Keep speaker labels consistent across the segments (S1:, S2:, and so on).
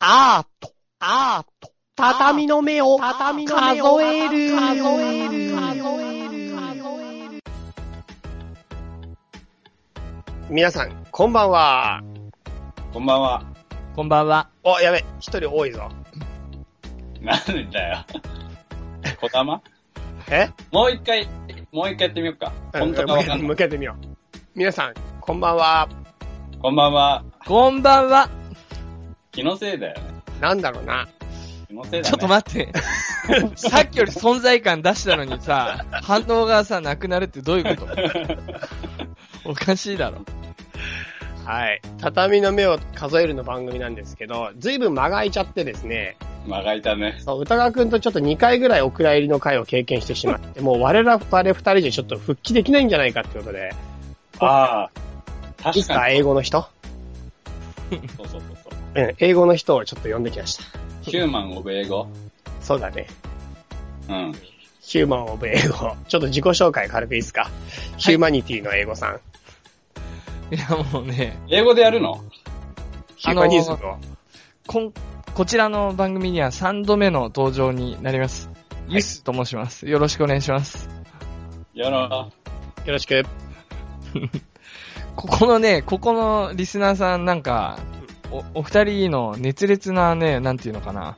S1: アート、アート、
S2: 畳の目を
S1: 畳の目を
S2: 数える。
S1: 数える
S2: 皆さん、こんばんは。
S3: こんばんは。
S4: こんばんは。
S2: お、やべ、一人多いぞ。
S3: なんだよ。こだま
S2: え
S3: もう一回、もう一回やってみようか。本当かわかんな
S2: 向
S3: い。
S2: けてみよう。皆さん、こんばんは。
S3: こんばんは。
S4: こんばんは。
S3: 気のせいだよね。
S2: なんだろうな。
S3: 気のせいだね。
S4: ちょっと待って。 さっきより存在感出したのにさ、反応がさ、なくなるってどういうこと おかしいだろ。
S2: はい。畳の目を数えるの番組なんですけど、ずいぶん間が空いちゃってですね、
S3: まがいたね。
S2: そう、歌川くんとちょっと2回ぐらいお蔵入りの回を経験してしまって、もう我ら二人二人でちょっと復帰できないんじゃないかってことで、
S3: ああ。
S2: い
S3: 確
S2: つか
S3: か
S2: 英語の人
S3: に。そうそうそうそう。
S2: うん、英語の人をちょっと呼んできました。
S3: ヒューマンオブ英語
S2: そうだね。
S3: うん。
S2: ヒューマンオブ英語。ちょっと自己紹介軽くいいですか、ヒューマニティの英語さん。
S4: いやもうね、
S3: 英語でやるの
S2: ヒューマニズムを。
S4: こん、こちらの番組には3度目の登場になります。ユスと申します。よろしくお願いします。
S3: やろ
S2: よろしく。
S4: ここのね、ここのリスナーさんなんか、お、お二人の熱烈なね、なんていうのかな、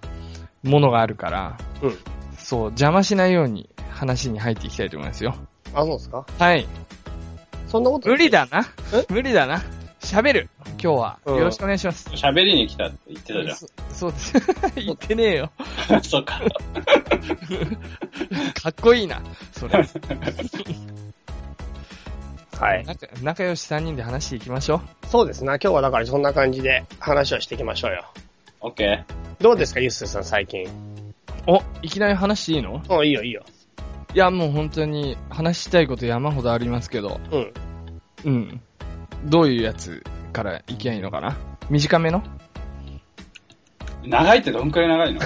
S4: ものがあるから、
S2: うん。
S4: そう、邪魔しないように話に入っていきたいと思いますよ。
S2: あ、そうですか
S4: はい。
S2: そんなこと
S4: 無理だな
S2: え。
S4: 無理だな。喋る。今日は。
S2: うん
S4: よろしくお願いします
S3: う。。喋りに来たって言ってたじ
S4: そそうです。 言ってねえよ。
S3: ゃん。 そっか。
S4: かっこいいな。それ。
S2: はい。
S4: 仲仲良し3人で話していきましょう。
S2: そうですな。今日はだからそんな感じで話をしていきましょうよ。
S3: オッケ
S2: どうですか、ユッスーさん最近。
S4: お、いきなり話していいの
S2: うん、いいよいいよ。
S4: いや、もう本当に話したいこと山ほどありますけど。
S2: うん。
S4: うん。どういうやつからいきゃいいのかな短めの
S3: ー。長いってどんくらい長いの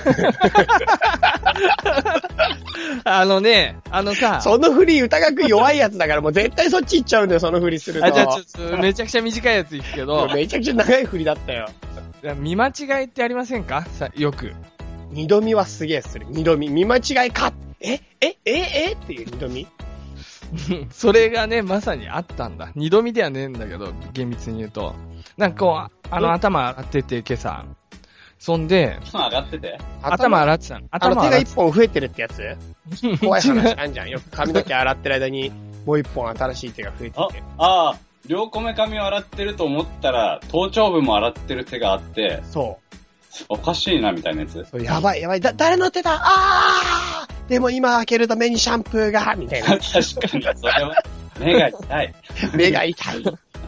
S4: あのね、あのさ、
S2: その振り、歌楽弱いやつだから、もう絶対そっち行っちゃうんだよ、その振りすると。、
S4: あ、じゃあちょ っとめちゃくちゃ短いやついくけど
S2: めちゃくちゃ長い振りだったよ。
S4: 見間違いってありませんかさよく。
S2: 二度見はすげえする。二度見。見間違いかええええっていう二度見
S4: うんそれがね、まさにあったんだ。二度見ではねえんだけど、厳密に言うと。なんかこうあ、あ
S2: う
S4: の、
S2: ん
S4: 頭洗ってて、今朝。そんで、
S3: 上がってて。
S4: 頭洗ってたの。
S2: あの
S4: 頭
S2: 手
S4: 洗
S2: が
S4: って
S2: 一本増えてるってやつ
S4: た。
S2: 怖い
S4: 違
S2: 話
S4: う
S2: あんじゃん。よく髪の毛洗ってる間に、もう一本新しい手が増えて
S3: あ
S2: て。、
S3: ああ。両こめかみを洗ってると思ったら、頭頂部も洗ってる手があって、
S2: そ
S3: おかしいなみたいなやつ
S2: う。。そうやばいやばい。だ、誰の手だあーでも今開けると目にシャンプーがみたい な。
S3: 確かに、それは、目が痛い。
S2: 目が痛い。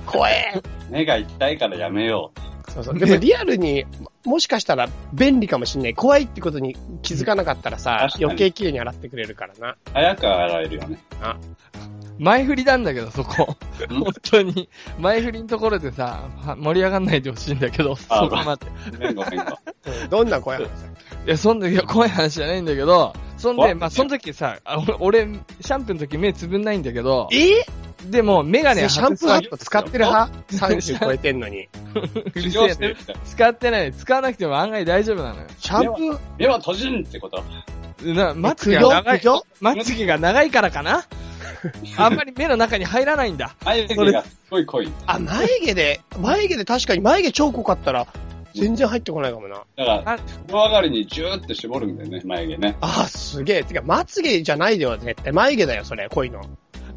S2: 怖え。
S3: 目が痛いからやめよ
S2: そうそう。でもリアルに、もしかしたら便利かもしんない。怖いってことに気づかなかったらさ
S3: 確、かに
S2: 余計綺麗に洗ってくれるからな。
S3: う。早く洗えるよね。
S4: 前振りなんだけど、そこ。
S3: ん
S4: 本当に。前振りのところでさ、は盛り上がんないでほしいんだけど、そ
S3: あ
S4: こまで。
S3: ごめん ごめんごめん。
S2: うんどんな怖い話
S4: いや、そんで、いや、怖い話じゃないんだけど、そん
S3: 怖
S4: で、
S3: い
S4: まあ、その時さ、あ俺、俺シャンプーの時目つぶんないんだけど、
S2: え
S4: でも、メガネ
S2: ね、シャンプーハット使ってる派 ?30 超えてんのに。
S4: う
S3: 修
S4: るせ
S3: 行
S4: え
S3: して
S4: ね
S3: るみたい
S4: 使ってない。使わなくても案外大丈夫なのよ。
S2: シャンプー、
S3: 目は閉じんってこと。
S4: な、まつ
S2: 苦
S4: げ
S2: 行
S4: が長
S2: 苦
S4: い。
S2: 行
S4: まつげが長いからかなあんまり目の中に入らないんだ。
S3: 眉毛がすごい濃い。
S2: あ、眉毛で、眉毛で確かに眉毛超濃かったら、全然入ってこないかもな。
S3: だから、
S4: あ
S3: 風呂上がりにジューって絞るんだよね、眉毛ね。
S2: あー、すげえ。てか、まつげじゃないでは絶対。眉毛だよ、それ、濃いの。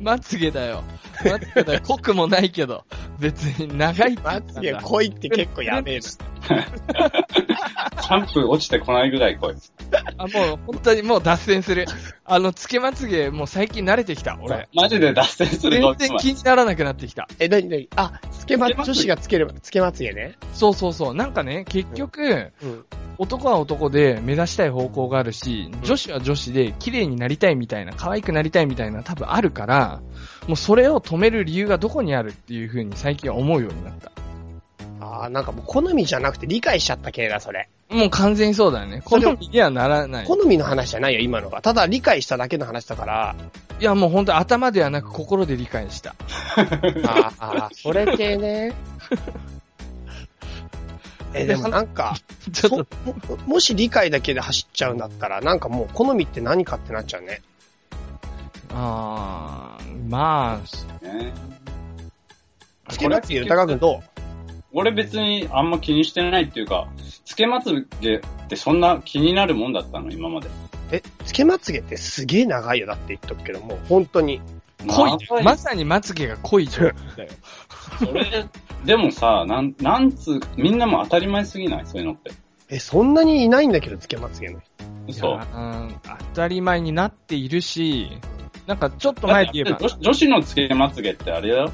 S4: まつげだよ。まつげだよ。濃くもないけど。別に長いって言
S2: ま
S4: っ
S2: つ
S4: たん
S2: げ
S4: だ。
S2: 濃いって結構やべえな。
S3: シャンプー落ちてこないぐらい濃い。
S4: あ、もう本当にもう脱線する。あの、つけまつげ、もう最近慣れてきた、俺。
S3: マジで脱線する
S4: 全
S3: の
S4: 然気にならなくなってきた。
S2: え、なになにあ、つけま、
S3: つけまつげ
S2: 女子がつける、つけまつげね。
S4: そうそうそう。なんかね、結局、
S2: うん。
S4: 男は男で目指したい方向があるし、
S2: ん
S4: 女子は女子で綺麗になりたいみたいな、可愛くなりたいみたいな多分あるから、もうそれを止める理由がどこにあるっていう風に最近は思うようになった。
S2: あー、なんかもう好みじゃなくて理解しちゃった系だ、それ。
S4: もう完全にそうだよね。好みにはならない。
S2: 好みの話じゃないよ、今のが。ただ理解しただけの話だから、
S4: いやもう本当頭ではなく心で理解した。
S2: あーあー、それ系ね。え、でもなんか、
S4: ちょっと、
S2: そももし理解だけで走っちゃうんだったら、なんかもう好みって何かってなっちゃうね。
S4: あーまあ、
S3: ね。
S2: つけまつげ、歌川くんど
S3: 俺別にあんま気にしてないっていうか、つけまつげってそんな気になるもんだったの、今まで。
S2: うえ、つけまつげってすげえ長いよ。だって言っとくけど、もう本当に。
S4: 濃いね、
S3: まあ
S4: まさにまつげが濃いじゃん。
S3: それ、でもさ、なん、なんつう、みんなも当たり前すぎないそういうのって。
S2: え、そんなにいないんだけど、つけまつげの人。
S3: そう
S4: い。やうん当たり前になっているし、なんかちょっと前で言えば、
S3: 女子女子のつけまつげってあれだよ。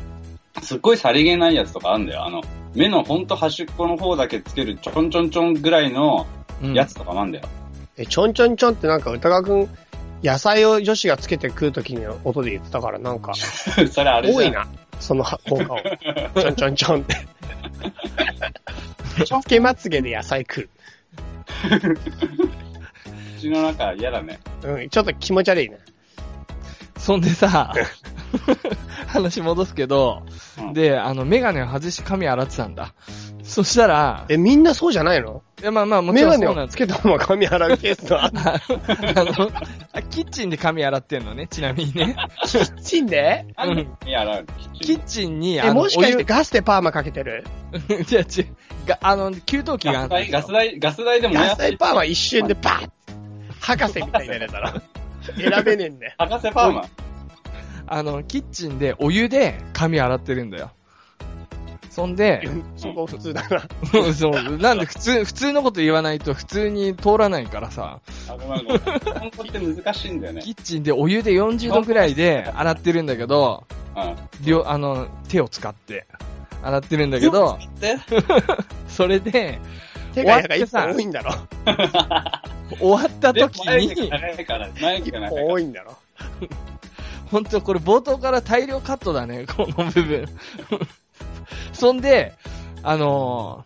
S3: すっごいさりげないやつとかあんだよ。あの、目のほんと端っこの方だけつけるちょんちょんちょんぐらいの
S4: うん
S3: やつとかなんだよ。
S2: え、ちょんちょんちょんってなんか歌川くん、野菜を女子がつけて食うときの音で言ってたから、なんか、
S3: それあれじゃ
S2: 多
S3: ん
S2: い。な。その効 果を。ちょんちょんちょんって。つけまつげで野菜食
S3: 口の中嫌だね。
S2: う。うん、ちょっと気持ち悪いね。
S4: そんでさ、 話戻すけど、
S3: うん
S4: で、あの、メガネを外し髪洗ってたんだ。そしたら、
S2: え、みんなそうじゃないの
S4: いやまあまあもち
S2: メ
S4: ろん
S2: ガ
S4: そ
S2: ネ
S4: うなん
S2: をつ
S4: です
S2: けたまま髪洗うケースがあっ
S4: あの あ、キッチンで髪洗ってんのね、ちなみにね。
S2: た。チンで
S3: なんで目洗うの
S4: キッチンに、
S2: え、
S4: あの、
S2: もしかし
S4: お
S2: て
S4: 湯
S2: ガスでパーマかけてる
S4: じゃあ 違うがあの、給湯器が
S3: ガス
S4: あったんで
S3: 代、
S4: すよ
S3: ガス代、ガス代でも
S2: ガ
S3: や
S2: スでパーマ一瞬でバーッ博士みたいになれた ら。選べねえんだよ。
S3: 博士パーマ。
S4: あの、キッチンでお湯で髪洗ってるんだよ。そんで、
S2: そこ普通だな。
S4: そう、なんで普通、普通のこと言わないと普通に通らないからさ、
S3: あごめんごめん。本当って難しいんだよね
S4: キ。ッチンでお湯で40度くらいで洗ってるんだけど、
S3: うん。
S4: 両、あの、手を使って洗ってるんだけど、
S3: で、
S4: それで、
S2: 手がやが一本多いんだろ。
S4: 終わった
S3: で
S4: 時
S3: 前が
S4: に、
S3: 長いから、前
S2: 一
S3: が長い
S2: 本
S3: か
S2: 多
S3: ら。
S2: いんだろ。
S4: ほんとこれ冒頭から大量カットだね、 この部分。そんで、あの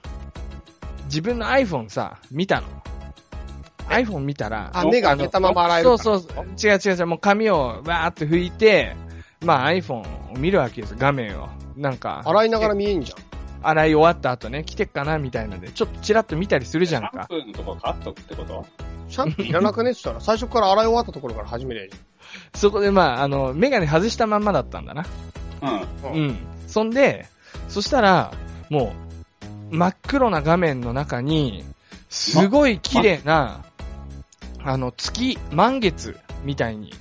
S4: ー自分の iPhone さ、見たの。iPhone 見たら、
S2: あ、目が開けたまま洗える
S4: そ
S2: か
S4: う
S2: ら。
S4: そうそう、違う違う違う、もう髪をわーっと拭いて、まあ iPhone を見るわけですよ、画面を。なんか、
S2: 洗いながら見えんじゃん。
S4: 洗い終わった後ね、来てっかなみたいので、ちょっとチラッと見たりするじゃん
S3: シャン
S4: か。
S3: プーのとこカットってこと
S2: シャンプーいらなくねって言ったら、最初から洗い終わったところから始めりゃいいじ
S4: そこでまあ、あの、メガネ外したまんまだったんだな。
S3: うん。
S2: ゃん。
S4: う
S2: うん。
S4: ん。そんで、そしたら、もう、真っ黒な画面の中に、すごい綺麗な、あの、月、満月みたいに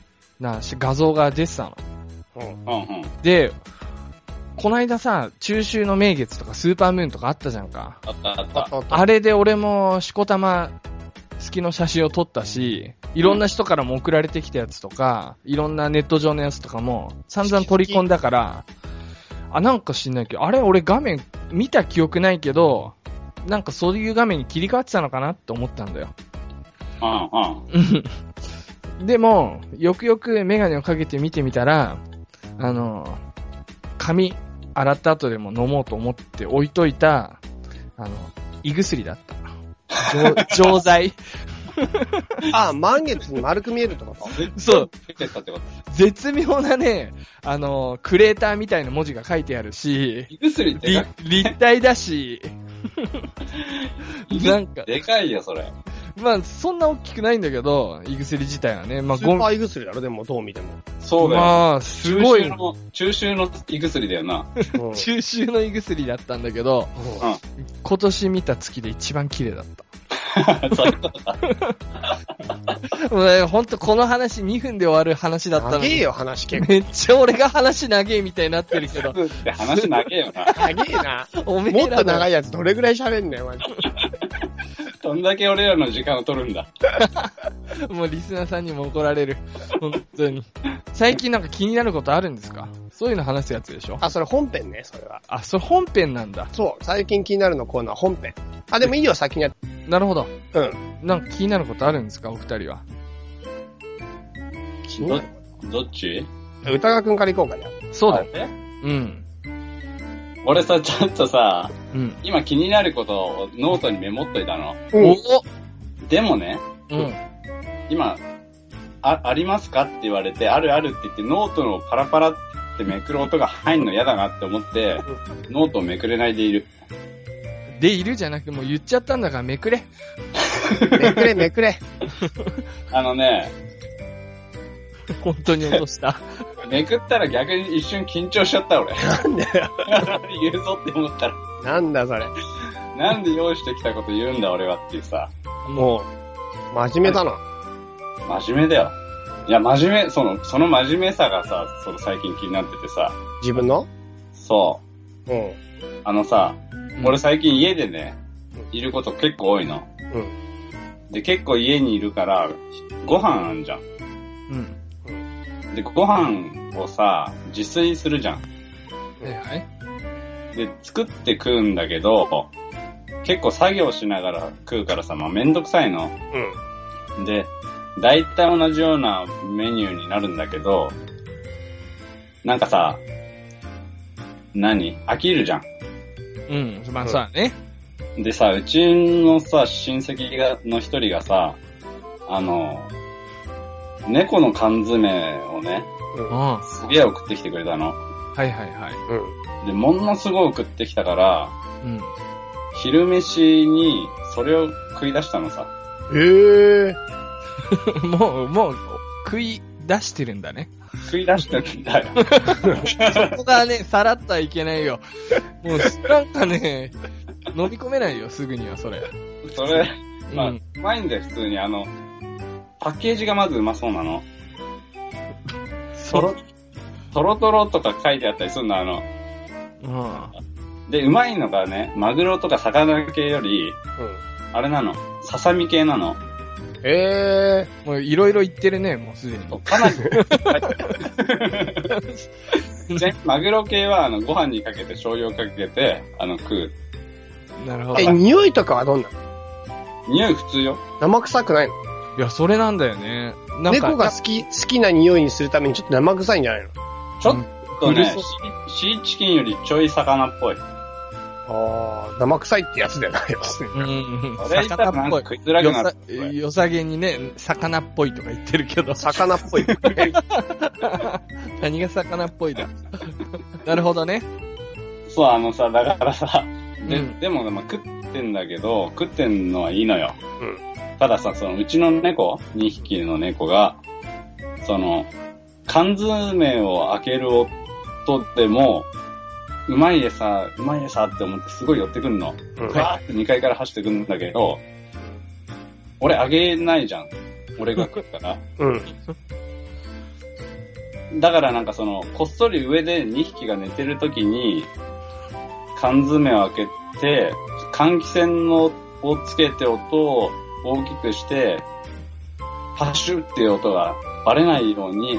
S4: な画像が出てたの。
S3: うんうん。
S4: で、こないださ、中秋の名月とかスーパームーンとかあったじゃんか。
S3: あったあっ
S2: あった
S3: た。
S2: あった。
S4: あれで俺もしこたま好きの写真を撮ったし、いろんな人からも送られてきたやつとか、いろんなネット上のやつとかも散々取り込んだから、あ、なんか知んないけど、あれ俺画面見た記憶ないけど、なんかそういう画面に切り替わってたのかなって思ったんだよ。
S3: うんうん。
S4: うんでも、よくよくメガネをかけて見てみたら、あの、髪洗った後でも飲もうと思って置いといた、あの、胃薬だった。錠錠剤。
S2: あ、満月に丸く見えるってこと
S4: そう。
S3: 出てったってこと。
S4: 絶妙なね、あの、クレーターみたいな文字が書いてあるし、
S3: 胃薬って
S4: り
S3: か
S4: 立体だし、なんか、
S3: でかいよ、それ。
S4: まあ、そんな大きくないんだけど、胃薬自体はね、まあ、
S2: スーパ
S4: ご
S2: ー胃薬だろ、でも、どう見ても。
S3: そうだよ。
S4: まあ、すごい
S3: 中、秋の、中秋の胃薬だよ な。
S2: うん
S4: 中秋の胃薬だったんだけど、
S2: うん
S4: 今年見た月で一番綺麗だった。
S3: そういうことだ。
S4: 俺ほんとこの話2分で終わる話だったの
S2: 長え
S4: に。
S2: よ、話結構。
S4: めっちゃ俺が話長えみたいになってるけど、
S3: って話長えよな。
S2: 長えな。
S4: おめ
S2: もっ
S4: え
S2: と
S4: ら
S2: 長
S4: の
S2: いやつどれぐらい喋んねん、マジ で
S3: どんだけ俺らの時間を取るんだ。
S4: もうリスナーさんにも怒られる。 本当に。最近なんか気になることあるんですかそういうの話すやつでしょ
S2: あ、それ本編ね、それは。
S4: あ、それ本編なんだ。
S2: そう、最近気になるのコーナー本編。あ、でもいいよ、先にやっ
S4: なるほど。
S2: うん。
S4: なんか気になることあるんですかお二人は。
S2: 気になる
S3: どっち
S2: 歌川くんから行こうかね。
S4: そうだよ。
S3: だ
S4: うん。
S3: 俺さ、ちょっとさ、
S4: うん。
S3: 今気になることをノートにメモっといたの。
S2: うん
S3: でもね、
S4: うん。
S3: 今、あ、ありますかって言われて、あるあるって言って、ノートのパラパラってめくる音が入んの嫌だなって思って、ノートをめくれないでいる。
S4: でいるじゃなくて、もう言っちゃったんだからめくれ。
S2: めくれめくれ。
S3: あのね、
S4: 本当に落と した。
S3: めくったら逆に一瞬緊張しちゃった俺。
S2: なんだよ。
S3: 言うぞって思ったら、
S2: なんだそれ。
S3: なんで用意してきたこと言うんだ俺はっていうさ、
S2: もう、真面目だな。
S3: 真面目だよ。いや、真面目、その、その真面目さがさ、その最近気になっててさ、
S2: 自分の
S3: そ
S2: うん。
S3: う、あのさ、
S4: うん
S3: 俺最近家でね
S2: う、
S3: いること結構多いの。
S2: う
S3: で、結構家にいるから、ご飯あんじゃん。
S4: うん。
S3: で、ご飯をさ、自炊するじゃん。
S4: はいはい。
S3: で、作って食うんだけど、結構作業しながら食うからさ、まあ、めんどくさいの。
S2: う
S3: で、大体同じようなメニューになるんだけど、なんかさ、何飽きるじゃ
S4: うん。まあ、そうだね。
S3: ん。でさ、うちのさ、親戚がの一人がさ、あの、猫の缶詰をね、
S2: ん。
S4: う
S2: うん。
S4: ん。
S3: すげえ送ってきてくれたの。
S4: はいはいはい。
S2: うん。
S3: で、ものすごい送ってきたから、
S4: うん。
S3: 昼飯にそれを食い出したのさ。
S2: ええ
S4: もう、もう、食い出してるんだね。
S3: 食い出したんだよ。
S4: そこがね、さらっとはいけないよ。もう、なんかね、飲み込めないよ、すぐには、それ。
S3: それ、
S4: うん。
S3: まあ、うまいんだよ、普通に。あの、パッケージがまずうまそうなの。
S4: そ
S3: とろ、とろとろとか書いてあったりするの、あの。
S4: うん。
S3: で、うまいのがね、マグロとか魚系より、
S2: うん。
S3: あれなの、ささみ系なの。
S2: ええ
S4: もう、いろいろ言ってるね、もうすでに。
S3: かなり。 ちなみにマグロ系は、あの、ご飯にかけて、醤油をかけて、あの、食う。
S4: なるほど。
S2: え、
S4: い
S2: 匂いとかはどんなの
S3: 匂い普通よ。
S2: 生臭くないの
S4: や、それなんだよね。なんか、
S2: 猫が好き、好きな匂いにするためにちょっと生臭いんじゃないの
S3: ちょっと
S4: うん
S3: ね、シシーチキンよりちょい魚っぽい。
S2: ああ、生臭いってやつだよな、要するに
S4: うんうんうん、
S3: それ言ったらなんか食いづらく
S4: よ
S3: な
S4: さ
S3: る。
S4: よさげにね、魚っぽいとか言ってるけ ど、
S2: 魚っぽい。
S4: 何が魚っぽ いだ。なるほどね。
S3: そう、あのさ、だからさ、で、
S4: うん
S3: でも、まあ、食ってんだけど、食ってんのはいいのよ。
S2: うん
S3: たださ、その、うちの猫、2匹の猫が、その、缶詰を開ける音でも、うまいでさ、うまいでさって思ってすごい寄ってくんの。
S2: うん
S3: わーって2階から走ってくんだけど、俺あげないじゃん。俺が食うから。
S2: うん。
S3: だからなんかその、こっそり上で2匹が寝てる時に、缶詰を開けて、換気扇のをつけて音を大きくして、パシュっていう音がバレないように、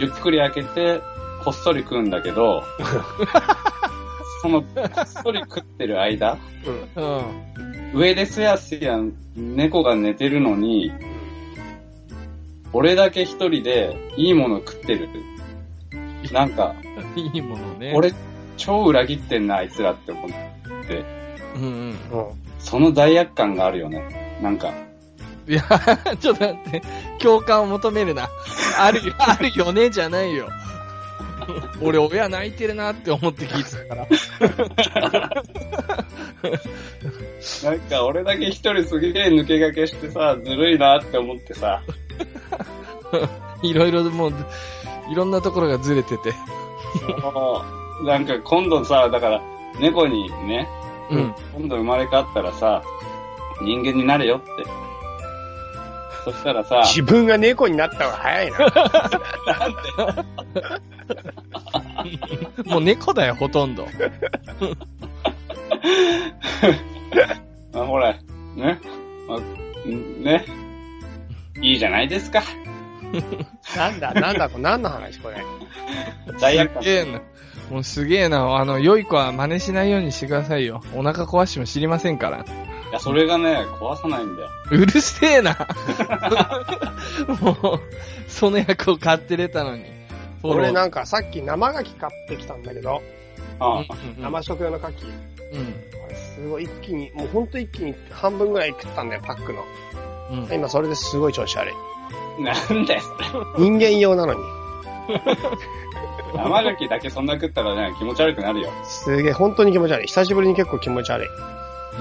S3: ゆっくり開けて、こっそり食うんだけど、その、こっそり食ってる間、
S2: うん。
S4: うん。
S3: 上ですやすや猫が寝てるのに、俺だけ一人でいいもの食ってる。なんか、
S4: いいものね。、
S3: 俺、超裏切ってんな、あいつらって思って。
S4: うんうん。
S2: うん。
S3: その罪悪感があるよね。なんか、
S4: いや、 ちょっと待って、共感を求めるな。あるよ、あるよね、じゃないよ。 俺、親泣いてるなって思って聞いてたから。
S3: なんか俺だけ一人すげえ抜け駆けしてさ、ずるいなって思ってさ、
S4: いろいろもう、いろんなところがずれてて。
S3: もうなんか今度さ、だから、猫にね、
S4: うん。
S3: 今度生まれ変わったらさ、人間になれよって。そしたらさ、
S2: 自分が猫になった方が早い な。
S4: もう猫だよ、ほとんど。
S3: まあ、ほら、ね、まあ、んね、いいじゃないですか。
S2: なんだ、なんだ、これ何の話これ。
S3: 罪悪感
S4: す。げえな。もうすげえな。あの、良い子は真似しないようにしてくださいよ。お腹壊しても知りませんから。
S3: いや、それがね、壊さないんだよ。
S4: うるせえ な。もう、その役を買って出たのに。フォロー
S2: 俺なんかさっき生牡蠣買ってきたんだけど、
S3: ああ
S4: うん
S2: 生食用の牡蠣。
S4: うん
S2: これすごい一気に、もうほんと一気に半分ぐらい食ったんだよ、パックの。
S4: うん。
S2: 今それですごい調子悪い。
S3: なんだよ、それ。
S2: 人間用なのに。
S3: 生牡蠣だけそんな食ったらね、気持ち悪くなるよ。
S2: すげえ、本当に気持ち悪い。久しぶりに結構気持ち悪い。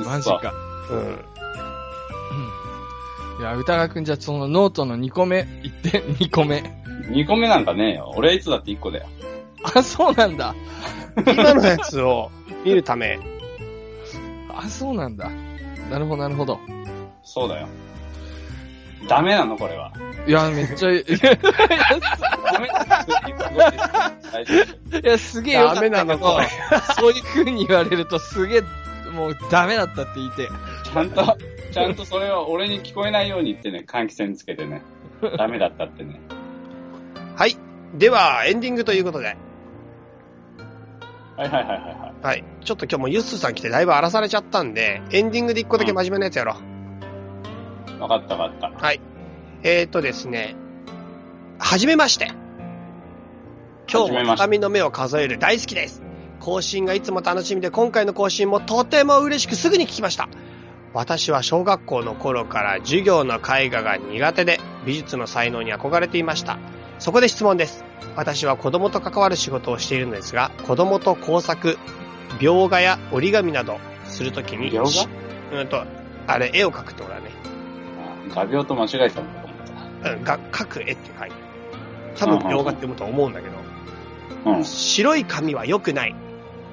S4: マジか。
S2: うん。
S4: いや、歌川くんじゃあそのノートの2個目行って、2個 目。
S3: 2個目なんかねえよ。俺はいつだって1個だよ。
S4: あ、そうなんだ。
S2: 今のやつを見るため、
S4: あ、そうなんだ。なるほど、なるほど。
S3: そうだよ。ダメなのこれは。
S4: いや、めっちゃ、い や
S3: ダメなのっていうことで大丈夫。
S4: いや、すげえよかったけど
S2: ダメなのこれ
S4: そういう風に言われるとすげえ、もうダメだったって言いて。
S3: ちゃんと、ちゃんとそれは俺に聞こえないように言ってね、換気扇つけてね。ダメだったってね。
S2: はい。では、エンディングということで。
S3: はいはいはいはいはい。
S2: はい。ちょっと今日もユッスさん来てだいぶ荒らされちゃったんで、エンディングで一個だけ真面目なやつやろう。
S3: わかったわかった。
S2: はい。えっ、ー、とですね、はじめまして。今日
S3: はじめ
S2: も
S3: まして
S2: 畳の目を数える大好きです。更新がいつも楽しみで、今回の更新もとても嬉しくすぐに聞きました。私は小学校の頃から授業の絵画が苦手で、美術の才能に憧れていました。そこで質問です。私は子供と関わる仕事をしているのですが、子供と工作、描画や折り紙などするときに、
S3: 描
S2: しうんと、あれ、絵を描くってことだね。
S3: あ画鋲と間違えたんだと思っ
S2: うんが描く絵って書いてある多分
S3: うんうんうん
S2: 描画って読むと思うんだけど、
S3: た。うん。
S2: 白い紙は良くない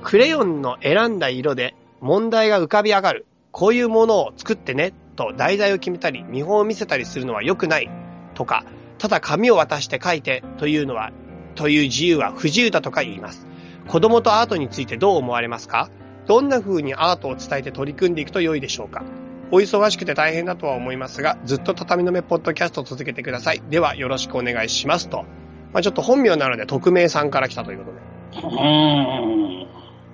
S2: クレヨンの選んだ色で問題が浮かび上がるこういうものを作ってねと題材を決めたり見本を見せたりするのは良くないとかただ紙を渡して書いてというのはという自由は不自由だとか言います子供とアートについてどう思われますかどんな風にアートを伝えて取り組んでいくと良いでしょうかお忙しくて大変だとは思いますが、ずっと畳の目ポッドキャストを続けてください。では、よろしくお願いしますと。まあ、ちょっと本名なので、匿名さんから来たということで。
S3: うーん。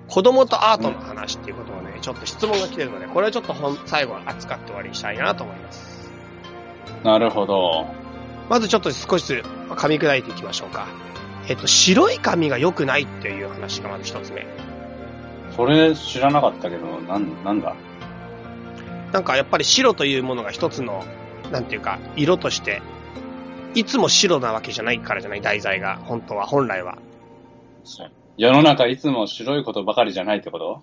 S2: 子供とアートの話っていうことをね、ちょっと質問が来てるので、これはちょっと本最後は扱って終わりにしたいなと思います。
S3: なるほど。
S2: まずちょっと少しずつ噛み砕いていきましょうか。えっと、白い紙が良くないっていう話がまず一つ目。
S3: それ知らなかったけど、なん、なんだ
S2: なんかやっぱり白というものが一つの、なんていうか、色として、いつも白なわけじゃないからじゃない、題材が、本当は、本来は。
S3: 世の中いつも白いことばかりじゃないってこと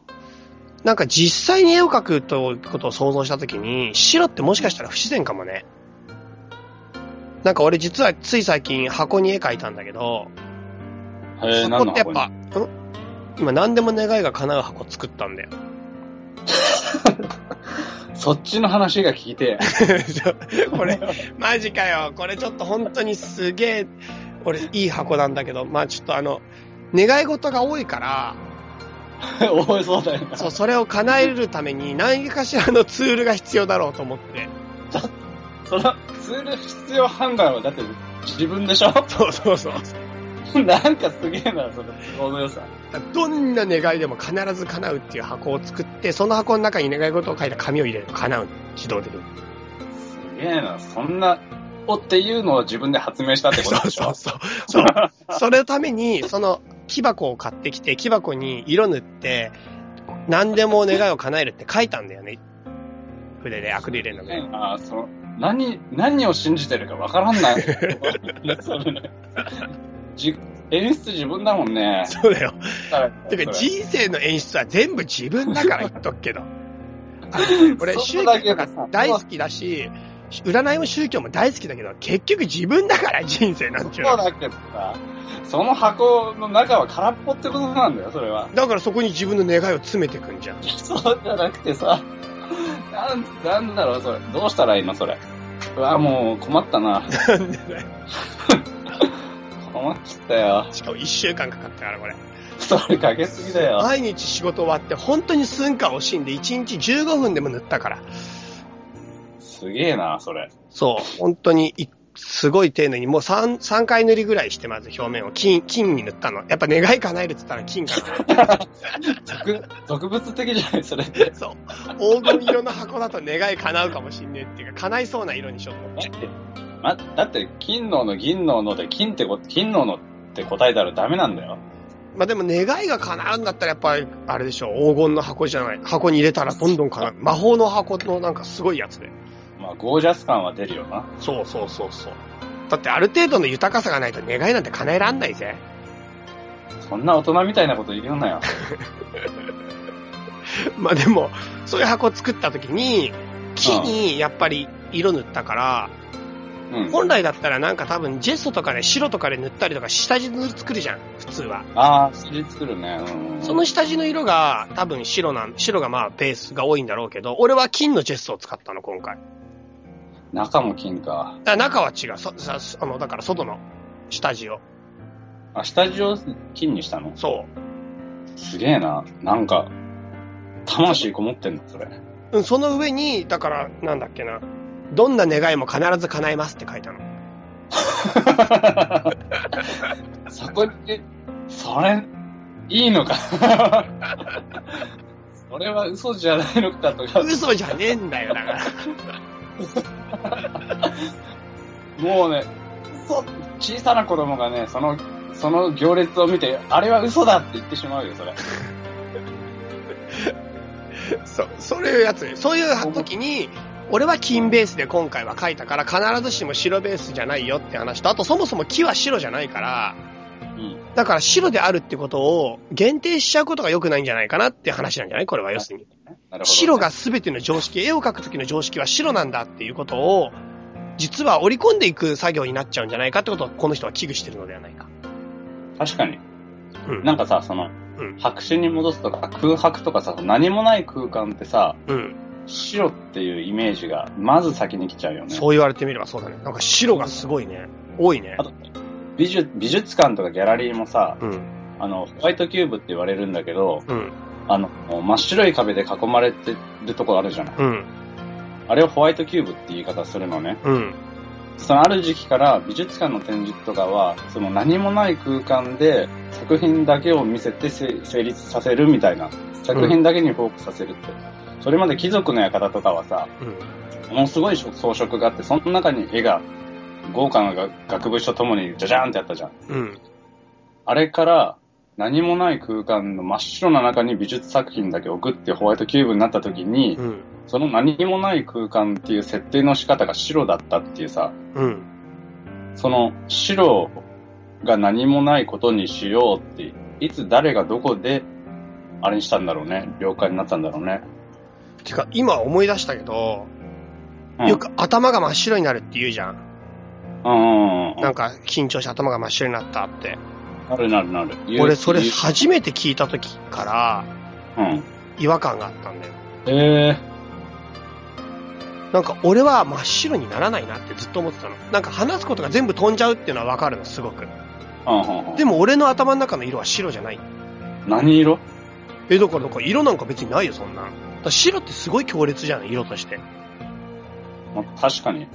S2: なんか実際に絵を描くということを想像したときに、白ってもしかしたら不自然かもね。なんか俺実はつい最近箱に絵描いたんだけど、
S3: へえ、
S2: そ
S3: 何
S2: こ
S3: の
S2: ってやっ
S3: 箱に
S2: ぱ、ん今何でも願いが叶う箱作ったんだよ。
S3: そっちの話が聞いて。
S2: ち ょこれ、マジかよ。これちょっと本当にすげえ、俺いい箱なんだけど、まあちょっとあの、願い事が多いから、
S3: 多いそうだよな。
S2: そう、それを叶えるために何かしらのツールが必要だろうと思って。
S3: そのツール必要判断はだって自分でしょ
S2: そうそうそう。
S3: なんかすげえな、その都合の良さ。
S2: どんな願いでも必ず叶うっていう箱を作って、その箱の中に願い事を書いた紙を入れると叶う。自動的に。
S3: すげえな、そんな、おっていうのを自分で発明したってことでしょ
S2: そう。そう。それのために、その木箱を買ってきて、木箱に色塗って、何でも願いを叶えるって書いたんだよね。筆でアクリル絵の具で。
S3: ああ、その、何、何を信じてるかわから んない。それねじ演出自分だもん ね。
S2: そうだよ。
S3: そ
S2: て
S3: れ
S2: か人生の演出は全部自分だから言っとくけど。 俺、宗
S3: そこだけ
S2: 教
S3: は
S2: が
S3: さ
S2: 大好きだし、占いも宗教も大好きだけど、結局自分だから人生なんていうの
S3: そう
S2: は
S3: だけどさ、その箱の中は空っぽってことなんだよ、それは。
S2: だからそこに自分の願いを詰めてくんじゃん。
S3: そうじゃなくてさ、なん、なんだろう、それ。どうしたらいいの、それ。うわ、もう困ったな。
S2: なんでだよ
S3: 困っちゃったよ。
S2: しかも一週間かかったからこれ。
S3: それかけすぎだよ。
S2: 毎日仕事終わって本当に寸間惜しんで一日15分でも塗ったから。
S3: すげえな、それ。
S2: そう、本当にいすごい丁寧にもう 3, 3回塗りぐらいしてまず表面を金、金に塗ったの。やっぱ願い叶えるって言ったら金かな。
S3: 俗、俗物的じゃない、それっ て。
S2: そう。黄金色の箱だと願い叶うかもしんねえっていうか、叶いそうな色にしようと思って。
S3: ま、だって、金のの銀のので、金ってこ、金ののって答えたらダメなんだよ。
S2: まあでも願いが叶うんだったらやっぱり、あれでしょ、黄金の箱じゃない。箱に入れたらどんどん叶う。魔法の箱のなんかすごいやつで。
S3: まあ、ゴージャス感は出るよな。
S2: そうそうそうそう。だってある程度の豊かさがないと願いなんて叶えらんないぜ。
S3: そんな大人みたいなこと言うなよ。
S2: まあでも、そういう箱作った時に、木にやっぱり色塗ったから、
S3: うん。
S2: 本来だったらなんか多分ジェストとかで白とかで塗ったりとか下地塗り作るじゃん、普通は。
S3: ああ、それ作るね。うん。
S2: その下地の色が多分白なん、白がまあベースが多いんだろうけど、俺は金のジェストを使ったの、今回。
S3: 中も金か。
S2: だから中は違う。そさあのだから外の下地を。
S3: あ、下地を金にしたの
S2: そ
S3: すげえな。なんか、魂こもってんの、それ。
S2: う。うん、その上に、だからなんだっけな。どんな願いも必ず叶えますって書いたの。
S3: そこって、それ、いいのか。 それは嘘じゃないのかとか、
S2: 嘘じゃねえんだよ、だから。
S3: もうね、嘘、小さな子供がね、その、その行列を見て、あれは嘘だって言ってしまうよ、それ。
S2: そう、そういうやつねそういう時に、俺は金ベースで今回は書いたから、必ずしも白ベースじゃないよって話と、あとそもそも木は白じゃないから、
S3: うん。
S2: だから白であるってことを限定しちゃうことが良くないんじゃないかなって話なんじゃないこれは要するに。
S3: なるほど。
S2: 白が全ての常識、絵を描く時の常識は白なんだっていうことを、実は織り込んでいく作業になっちゃうんじゃないかってことをこの人は危惧してるのではないか。
S3: 確かに。
S2: うん。
S3: なんかさ、その、
S2: うん
S3: 白紙に戻すとか空白とかさ、何もない空間ってさ、
S2: うん。
S3: 白っていうイメージが、まず先に来ちゃうよね。
S2: そう言われてみればそうだね。なんか白がすごいね。多いね
S3: あ。と美術、美術館とかギャラリーもさ、
S2: うん。
S3: あの、ホワイトキューブって言われるんだけど、
S2: うん。
S3: あの、真っ白い壁で囲まれてるとこあるじゃない。
S2: うん。
S3: あれをホワイトキューブって言い方するのね。
S2: うん。
S3: そのある時期から美術館の展示とかは、その何もない空間で作品だけを見せてせ成立させるみたいな。作品だけにフォークさせるって。それまで貴族の館とかはさ、
S2: うん。
S3: ものすごい装飾があって、その中に絵が、豪華なが額縁とともにジャジャーンってあったじゃん。
S2: うん。
S3: あれから何もない空間の真っ白な中に美術作品だけ置くっていうホワイトキューブになった時に、
S2: うん。
S3: その何もない空間っていう設定の仕方が白だったっていうさ、
S2: うん。
S3: その白が何もないことにしようって、いつ誰がどこであれにしたんだろうね。了解になったんだろうね。
S2: てか、今思い出したけど、
S3: うん
S2: よく頭が真っ白になるって言うじゃん。
S3: うんうんうん。
S2: なんか緊張して頭が真っ白になったって。
S3: なるなるなる。
S2: 俺、それ
S3: 言う
S2: 初めて聞いた時から
S3: うん。
S2: 違和感があったんだよ。
S3: え
S2: なんか俺は真っ白にならないなってずっと思ってたの。なんか話すことが全部飛んじゃうっていうのはわかるの、すごく。
S3: ー。うんうんうん。
S2: でも俺の頭の中の色は白じゃない。
S3: 何色
S2: え、だから、だから色なんか別にないよ、そんな。だから白ってすごい強烈じゃない、色として。
S3: ま確かに。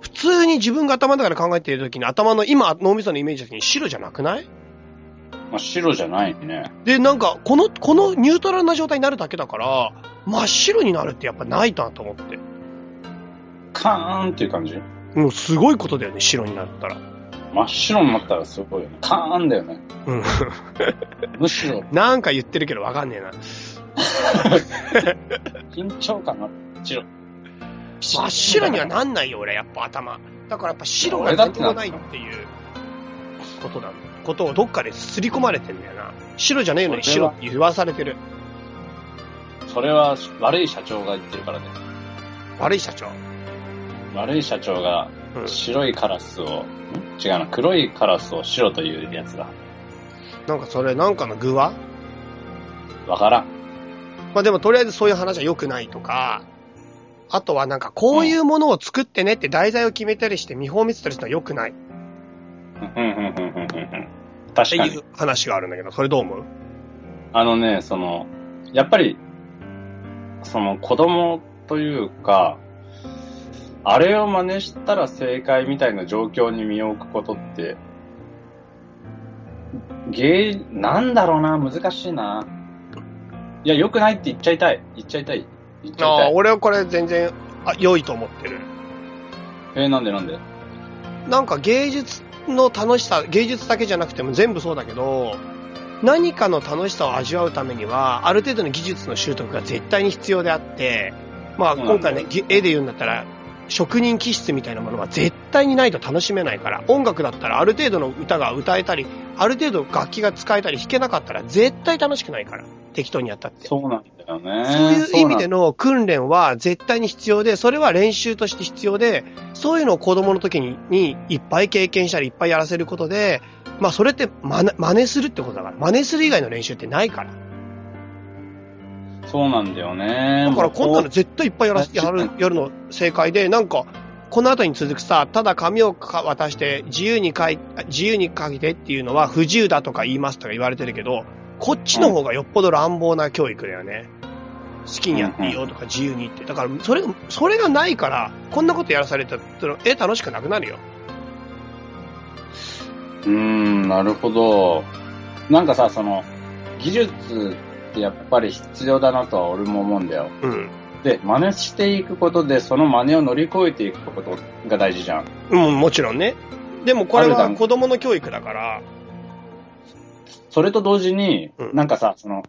S2: 普通に自分が頭の中で考えている時に頭の今、脳みそのイメージの時に白じゃなくない
S3: まあ、白じゃないね。
S2: で、なんか、この、このニュートラルな状態になるだけだから、真っ白になるってやっぱないなと思って。
S3: カーンっていう感じ。
S2: もうすごいことだよね、白になったら。
S3: 真っ白になったらすごいよね。カーンだよね。
S2: うん。
S3: むしろ
S2: なんか言ってるけどわかんねえな。
S3: 緊張感が白。
S2: 真っ白にはなんないよ、俺、やっぱ頭。だからやっぱ白が
S3: 俺だって
S2: 何も
S3: なんだ
S2: ないっていうことだ、ことをどっかで刷り込まれてんだよな。白じゃねえのに
S3: それ
S2: 白
S3: は
S2: って言わされてる。
S3: それは悪い社長が言ってるからね。
S2: 悪い社長。
S3: 悪い社長が
S2: うん。
S3: 白いカラスを、ん違うな、黒いカラスを白というやつだ。
S2: なんかそれ、なんかの具は
S3: わからん。
S2: まあでもとりあえずそういう話は良くないとか、あとはなんかこういうものを作ってねって題材を決めたりして見本見せたりしたら良くないっ
S3: うんうんうんうんうんうん
S2: て
S3: 確か
S2: い
S3: に
S2: う。話があるんだけど、それどう思う
S3: あのね、その、やっぱり、その子供というか、あれを真似したら正解みたいな状況に身を置くことって、芸、なんだろうな、難しいな。いや、良くないって言っちゃいたい。言っちゃいたい。言っちゃい
S2: あ
S3: た
S2: あ、
S3: い。
S2: 俺はこれ全然あ良いと思ってる。
S3: えーなんでなんで
S2: なんか芸術の楽しさ、芸術だけじゃなくても全部そうだけど、何かの楽しさを味わうためには、ある程度の技術の習得が絶対に必要であって、まあ
S3: そうなん
S2: 今
S3: だ
S2: 回ね、ぎ絵で言うんだったら、職人気質みたいなものが絶対にないと楽しめないから音楽だったらある程度の歌が歌えたりある程度楽器が使えたり弾けなかったら絶対楽しくないから適当にやったって
S3: そうなんだよね。
S2: そういう意味で
S3: の。
S2: の訓練は絶対に必要で、それは練習として必要で、そういうのを子供の時ににいっぱい経験したり、いっぱいやらせることで、まあそれって真似真似するってことだから、真似する以外の練習ってないから。
S3: そうなんだよね。
S2: だから
S3: もう
S2: こんなの絶対いっぱいやらせ
S3: もう
S2: やるやるの正解で、なんか、この後に続くさ、ただ紙をか渡して自由に書い、自由に書いてっていうのは不自由だとか言いますとか言われてるけど、こっちの方がよっぽど乱暴な教育だよね。好きにやっていいよとか自由にって。だから、それ、それがないから、こんなことやらされたら、え、楽しくなくなるよ。
S3: うーん、なるほど。なんかさ、その、技術ってやっぱり必要だなとは俺も思うんだよ。
S2: うん。
S3: で、真似していくことで、その真似を乗り越えていくことが大事じゃん。
S2: うん、もちろんね。でもこれ
S3: ある
S2: は
S3: 段
S2: 子供の教育だから、
S3: それと同時に、
S2: うん
S3: なんかさ、その、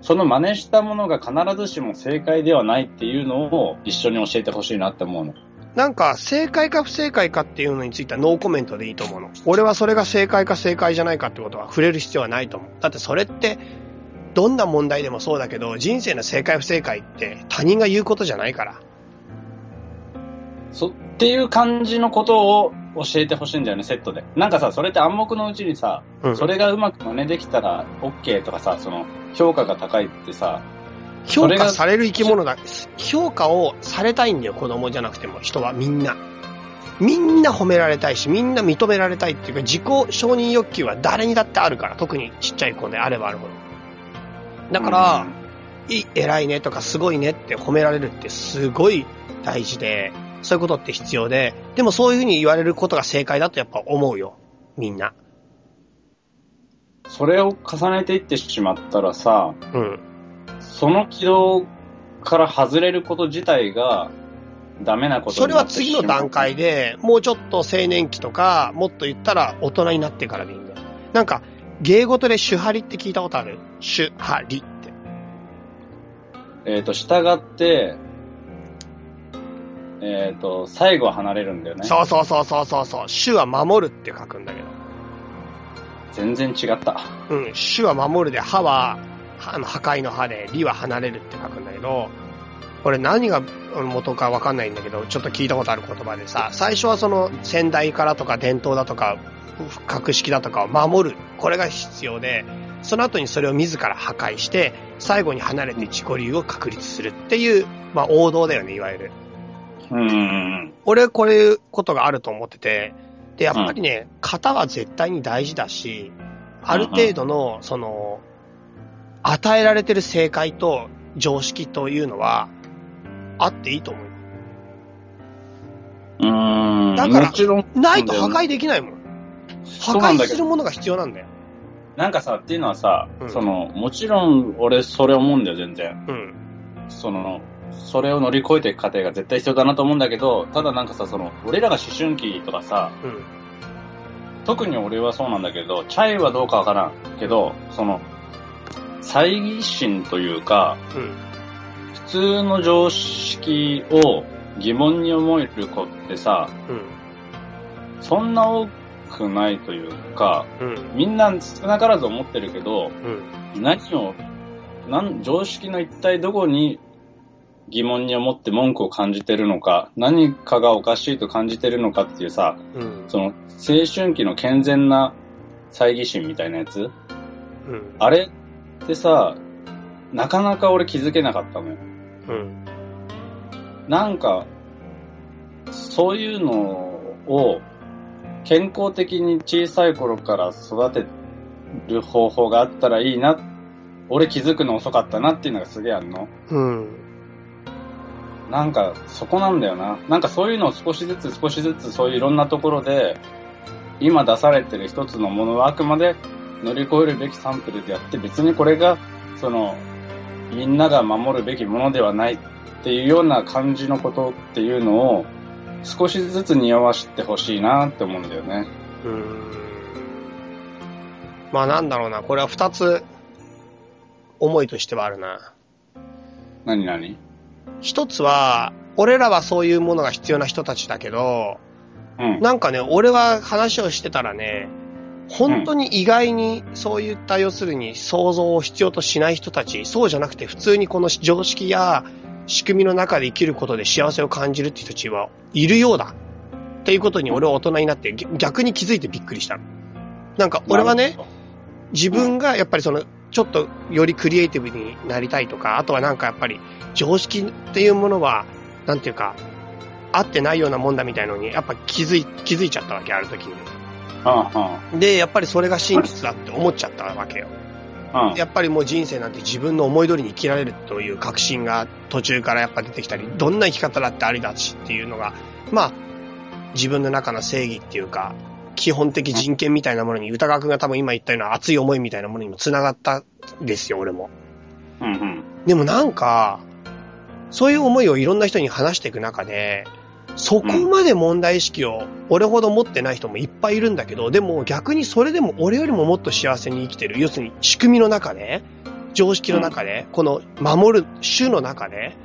S3: その真似したものが必ずしも正解ではないっていうのを一緒に教えてほしいなって思うの。
S2: なんか正解か不正解かっていうのについてはノーコメントでいいと思うの。俺はそれが正解か正解じゃないかってことは触れる必要はないと思う。だってそれってどんな問題でもそうだけど人生の正解不正解って他人が言うことじゃないから。
S3: そっていう感じのことを教えてほしいんだよね、セットで。なんかさ、それって暗黙のうちにさ、
S2: うん
S3: それがうまく真似できたら OK とかさ、その、評価が高いってさ、
S2: 評
S3: それが
S2: 価される生き物だ。評価をされたいんだよ、子供じゃなくても。人はみんな。みんな褒められたいし、みんな認められたいっていうか、自己承認欲求は誰にだってあるから。特にちっちゃい子であればあるほど。だから、い偉いねとかすごいねって褒められるってすごい大事で、そういうことって必要で、でもそういうふうに言われることが正解だとやっぱ思うよ。みんな。
S3: うん、それを重ねていってしまったらさ、
S2: うん。
S3: その軌道から外れること自体がダメなこと
S2: そ
S3: に
S2: れ
S3: な
S2: は
S3: って
S2: 次
S3: しまう
S2: の段階で、もうちょっと青年期とか、もっと言ったら大人になってからでいいんだよ。なんか、芸事で手張りって聞いたことある手張りって。
S3: えっ、と、従って、えっ、と、最後は離れるんだよね。
S2: そうそうそうそうそうそう。手は守るって書くんだけど。
S3: 全然違った。
S2: うん、主は守るで、歯は、あの、破壊の歯で、理は離れるって書くんだけど、これ何が元かわかんないんだけど、ちょっと聞いたことある言葉でさ、最初はその先代からとか伝統だとか、格式だとかを守る。これが必要で、その後にそれを自ら破壊して、最後に離れて自己流を確立するっていう、まあ王道だよね、いわゆる。
S3: うんうんうん。
S2: 俺、これいうことがあると思ってて、で、やっぱりね、型は絶対に大事だし、ある程度の、その、与えられてる正解と常識というのは、あっていいと思う。
S3: うーん。
S2: だから
S3: もちろん。
S2: ないと破壊できないもん。破
S3: うなん
S2: 壊
S3: だけど
S2: するものが必要なんだよ。
S3: なんかさ、っていうのはさ、
S2: うん
S3: その、もちろん俺それ思うんだよ、全然。
S2: うん。
S3: その、それを乗り越えていく過程が絶対必要だなと思うんだけど、ただなんかさ、その、俺らが思春期とかさ、
S2: うん。
S3: 特に俺はそうなんだけど、チャイはどうかわからんけど、その、猜疑心というか、
S2: うん。
S3: 普通の常識を疑問に思える子ってさ、
S2: うん。
S3: そんな多くないというか、
S2: うん。
S3: みんな少なからず思ってるけど、
S2: うん。
S3: 何を、なん常識の一体どこに疑問に思って文句を感じてるのか、何かがおかしいと感じてるのかっていうさ、
S2: うん。
S3: その青春期の健全な猜疑心みたいなやつ
S2: うん。
S3: あれってさ、なかなか俺気づけなかったのよ。
S2: うん。
S3: なんか、そういうのを健康的に小さい頃から育てる方法があったらいいな。俺気づくの遅かったなっていうのがすげえあるの。
S2: うん。
S3: なんかそこなんだよな。なんかそういうのを少しずつ少しずつそういういろんなところで今出されてる一つのものはあくまで乗り越えるべきサンプルであって別にこれがそのみんなが守るべきものではないっていうような感じのことっていうのを少しずつ匂わしてほしいなって思うんだよね。
S2: うん。まあなんだろうな、これは二つ、思いとしてはあるな。
S3: 何何
S2: 一つは、俺らはそういうものが必要な人たちだけど、
S3: うん。
S2: なんかね、俺は話をしてたらね、本当に意外にそういった要するに想像を必要としない人たち、そうじゃなくて普通にこの常識や仕組みの中で生きることで幸せを感じるって人たちはいるようだ。っていうことに俺は大人になってぎ逆に気づいてびっくりしたの。なんか俺はね、自分がやっぱりその、ちょっとよりクリエイティブになりたいとか、あとはなんかやっぱり常識っていうものは、なんていうか、合ってないようなもんだみたいのに、やっぱ気づい、気づいちゃったわけ、ある時に。
S3: なるほど、うん
S2: で、やっぱりそれが真実だって思っちゃったわけよ。
S3: うん、うん。
S2: やっぱりもう人生なんて自分の思い通りに生きられるという確信が途中からやっぱ出てきたり、どんな生き方だってありだしっていうのが、まあ、自分の中の正義っていうか、基本的人権みたいなものに、歌川くんが多分今言ったような熱い思いみたいなものにも繋がったんですよ、俺も。
S3: うんうん。
S2: でもなんか、そういう思いをいろんな人に話していく中で、そこまで問題意識を俺ほど持ってない人もいっぱいいるんだけど、でも逆にそれでも俺よりももっと幸せに生きてる。要するに仕組みの中で、常識の中で、この守る種の中で、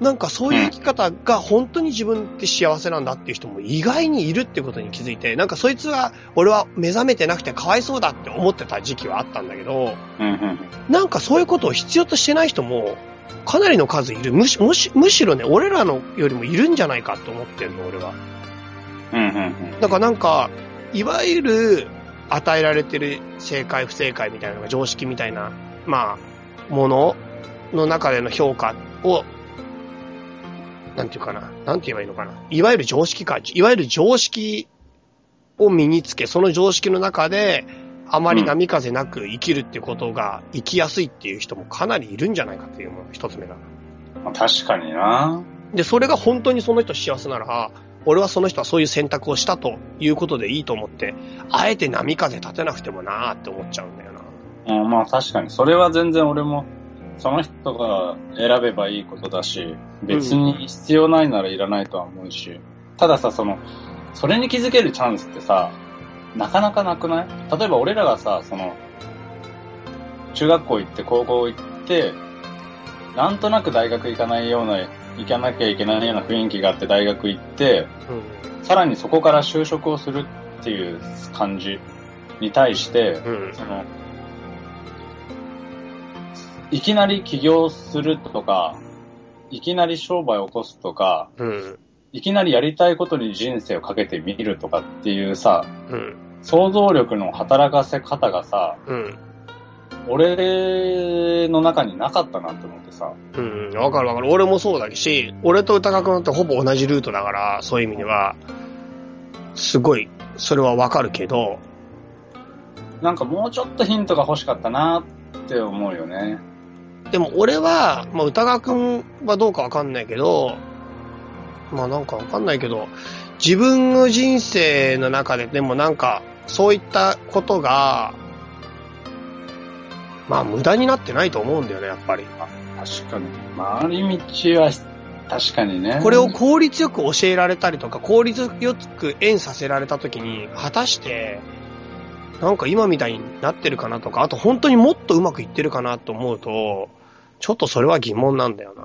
S2: なんかそういう生き方が本当に自分って幸せなんだっていう人も意外にいるってことに気づいて、なんかそいつは俺は目覚めてなくてかわいそうだって思ってた時期はあったんだけど、
S3: うんうん。
S2: なんかそういうことを必要としてない人も、かなりの数いる。むしむしむしろね、俺らのよりもいるんじゃないかと思ってるの、俺は。
S3: うんうんうん。
S2: だからなんか、いわゆる与えられてる正解不正解みたいなのが常識みたいな、まあ、ものの中での評価を、なんていうかな、なんて言えばいいのかな。いわゆる常識か、いわゆる常識を身につけ、その常識の中で、あまり波風なく生きるってことが生きやすいっていう人もかなりいるんじゃないかっていうのが一つ目だな。
S3: まあ確かにな。
S2: で、それが本当にその人幸せなら、俺はその人はそういう選択をしたということでいいと思って、あえて波風立てなくてもなーって思っちゃうんだよな。
S3: うん、まあ確かに。それは全然俺も、その人が選べばいいことだし、別に必要ないならいらないとは思うし、たださ、その、それに気づけるチャンスってさ、なかなかなくない例えば俺らがさ、その、中学校行って高校行って、なんとなく大学行かないような、行かなきゃいけないような雰囲気があって大学行って、さらにそこから就職をするっていう感じに対して、
S2: うん。うん。
S3: その、いきなり起業するとか、いきなり商売を起こすとか、
S2: うん。
S3: いきなりやりたいことに人生をかけてみるとかっていうさ、
S2: うん。
S3: 想像力の働かせ方がさ、
S2: うん。
S3: 俺の中になかったなって思ってさ。
S2: うん。わかるわかる。俺もそうだし、俺と歌川くんってほぼ同じルートだから、そういう意味では、すごい、それはわかるけど、
S3: なんかもうちょっとヒントが欲しかったなって思うよね。
S2: でも俺は、まあ、歌川くんはどうかわかんないけど、まあなんかわかんないけど、自分の人生の中ででもなんか、そういったことが、まあ無駄になってないと思うんだよね、やっぱり。
S3: 確かに。回り道は確かにね。
S2: これを効率よく教えられたりとか、効率よく縁させられた時に、果たして、なんか今みたいになってるかなとか、あと本当にもっとうまくいってるかなと思うと、ちょっとそれは疑問なんだよな。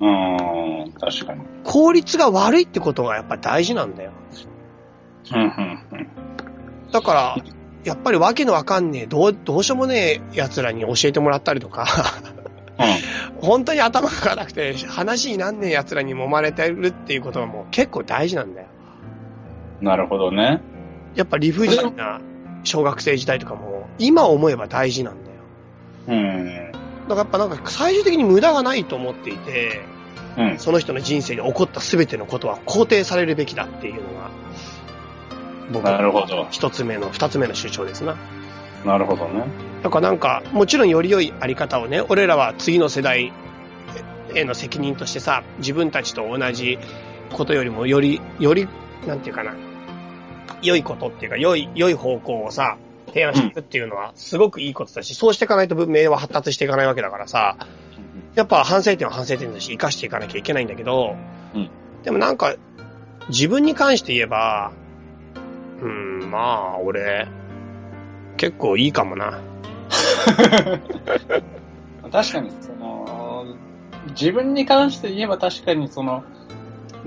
S3: うーん、確かに。
S2: 効率が悪いってことがやっぱ大事なんだよ。
S3: うん、うん、うん。
S2: だから、やっぱりわけのわかんねえ、どう、どうしようもねえ奴らに教えてもらったりとか、
S3: うん
S2: 本当に頭が硬くて話になんねえ奴らに揉まれてるっていうことはもう結構大事なんだよ。
S3: なるほどね。
S2: やっぱ理不尽な小学生時代とかも、今思えば大事なんだよ。
S3: うん。
S2: だからやっぱなんか最終的に無駄がないと思っていて、
S3: うん。
S2: その人の人生に起こった全てのことは肯定されるべきだっていうのが、僕
S3: な
S2: の
S3: るほど。
S2: 一つ目の、二つ目の主張ですな。
S3: なるほど ね。
S2: だからなんか、もちろんより良いあり方をね、俺らは次の世代への責任としてさ、自分たちと同じことよりもより、より、なんていうかな、良いことっていうか、良い、良い方向をさ、提案していくっていうのはすごくいいことだし、そうしていかないと文明は発達していかないわけだからさ、やっぱ反省点は反省点だし、生かしていかなきゃいけないんだけど、
S3: うん
S2: でもなんか、自分に関して言えば、うん、まあ、俺、結構いいかもな。
S3: 確かに、その、自分に関して言えば確かにその、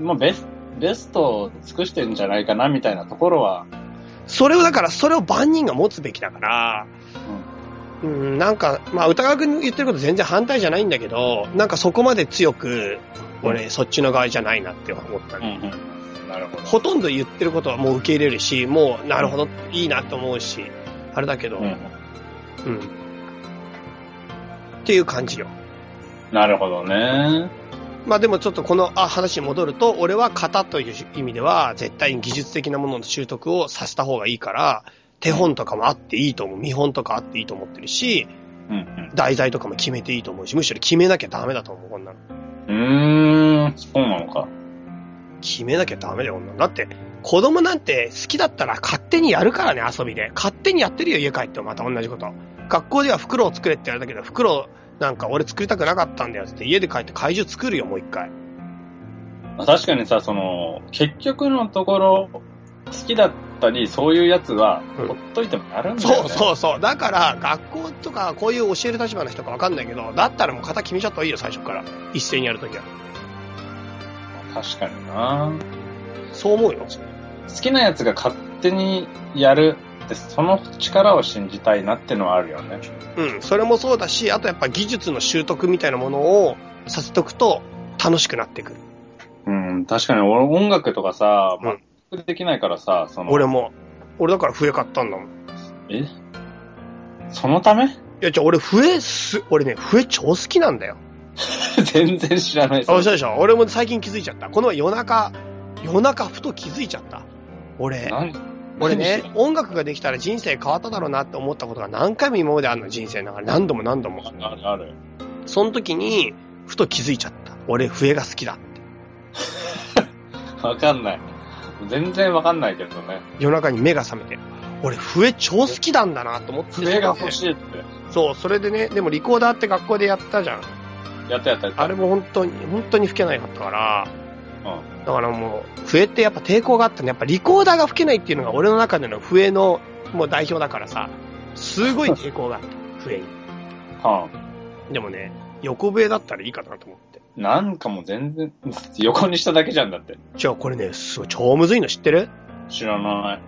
S3: もうベスベストを尽くしてんじゃないかなみたいなところは、
S2: それをだから、それを万人が持つべきだから、うん、なんか、まあ、歌川くんの言ってること全然反対じゃないんだけど、なんかそこまで強く、俺、そっちの側じゃないなって思った
S3: うん
S2: ね。
S3: うん、なるほど。
S2: ほとんど言ってることはもう受け入れるし、もう、なるほど、いいなと思うし、あれだけど、
S3: うん
S2: うん。っていう感じよ。
S3: なるほどね。
S2: まあでもちょっとこのあ話に戻ると、俺は型という意味では、絶対に技術的なものの習得をさせた方がいいから、手本とかもあっていいと思う。見本とかあっていいと思ってるし、
S3: うん
S2: 題材とかも決めていいと思うし、むしろ決めなきゃダメだと思う、こんなの。
S3: うん。うーん、そうなのか。
S2: 決めなきゃダメだよ、こんなの。だって、子供なんて好きだったら勝手にやるからね、遊びで。勝手にやってるよ、家帰ってもまた同じこと。学校では袋を作れって言われたけど、袋なんか俺作りたくなかったんだよつって、家で帰って怪獣作るよ、もう一回。
S3: まあ確かにさ、その、結局のところ、好きだったり、そういうやつは、
S2: うん
S3: ほっといてもやるんだよ、
S2: そ
S3: ね。
S2: うそうそう。だから、学校とか、こういう教える立場の人かわかんないけど、だったらもう型決めちゃった方がいいよ、最初から。一斉にやるときは。
S3: 確かにな。
S2: そう思うよ。
S3: 好きなやつが勝手にやるって、その力を信じたいなってのはあるよね。
S2: うん。それもそうだし、あとやっぱ技術の習得みたいなものをさせとくと、楽しくなってくる。
S3: うん、確かに俺音楽とかさ、
S2: うん
S3: 全くできないからさ、その、
S2: 俺も。俺だから笛買ったんだもん。い
S3: えそのため
S2: や、じゃあ俺笛す、俺ね、笛超好きなんだよ。
S3: 全然知らない。
S2: あ、そうでしょ。俺も最近気づいちゃった。この前夜中、夜中ふと気づいちゃった。俺、
S3: 何
S2: 俺ね、音楽ができたら人生変わっただろうなって思ったことが何回も今まであるの、人生の中で。何度も何度も。
S3: 何あるある。
S2: その時に、ふと気づいちゃった。俺、笛が好きだ。
S3: わかんない。全然わかんないけどね。
S2: 夜中に目が覚めて。俺、笛超好きなんだなと思って。
S3: 笛が欲しいって。
S2: そう、それでね、でもリコーダーって学校でやったじゃん。
S3: やったやったやった。
S2: あれも本当に、本当に吹けなかったから。
S3: う
S2: だからもう、笛ってやっぱ抵抗があったね。やっぱリコーダーが吹けないっていうのが俺の中での笛の、もう代表だからさ、すごい抵抗があった。笛に。
S3: ん。はあ
S2: でもね、横笛だったらいいかなと思って。
S3: なんかもう全然、横にしただけじゃんだって。
S2: じゃあこれね、すごい超むずいの知ってる
S3: 知らない。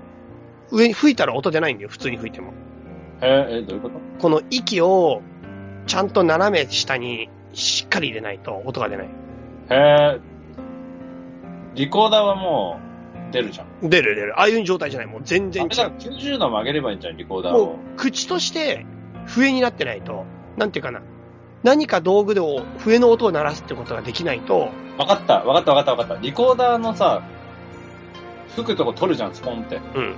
S2: 上に吹いたら音出ないんだよ、普通に吹いても。
S3: え、え、どういうこと
S2: この息をちゃんと斜め下にしっかり入れないと音が出ない。
S3: へえ。リコーダーはもう出るじゃん。
S2: 出る出る。ああいう状態じゃない。もう全然
S3: あ
S2: 違
S3: れだ
S2: う。
S3: 90度曲げればいいんじゃん、リコーダーを
S2: も。う口として笛になってないと、なんていうかな。何か道具でお笛の音を鳴らすってことができないと、
S3: わかった、わかった、わかった、わかった。リコーダーのさ、吹くとこ取るじゃん、スポンって。
S2: うん。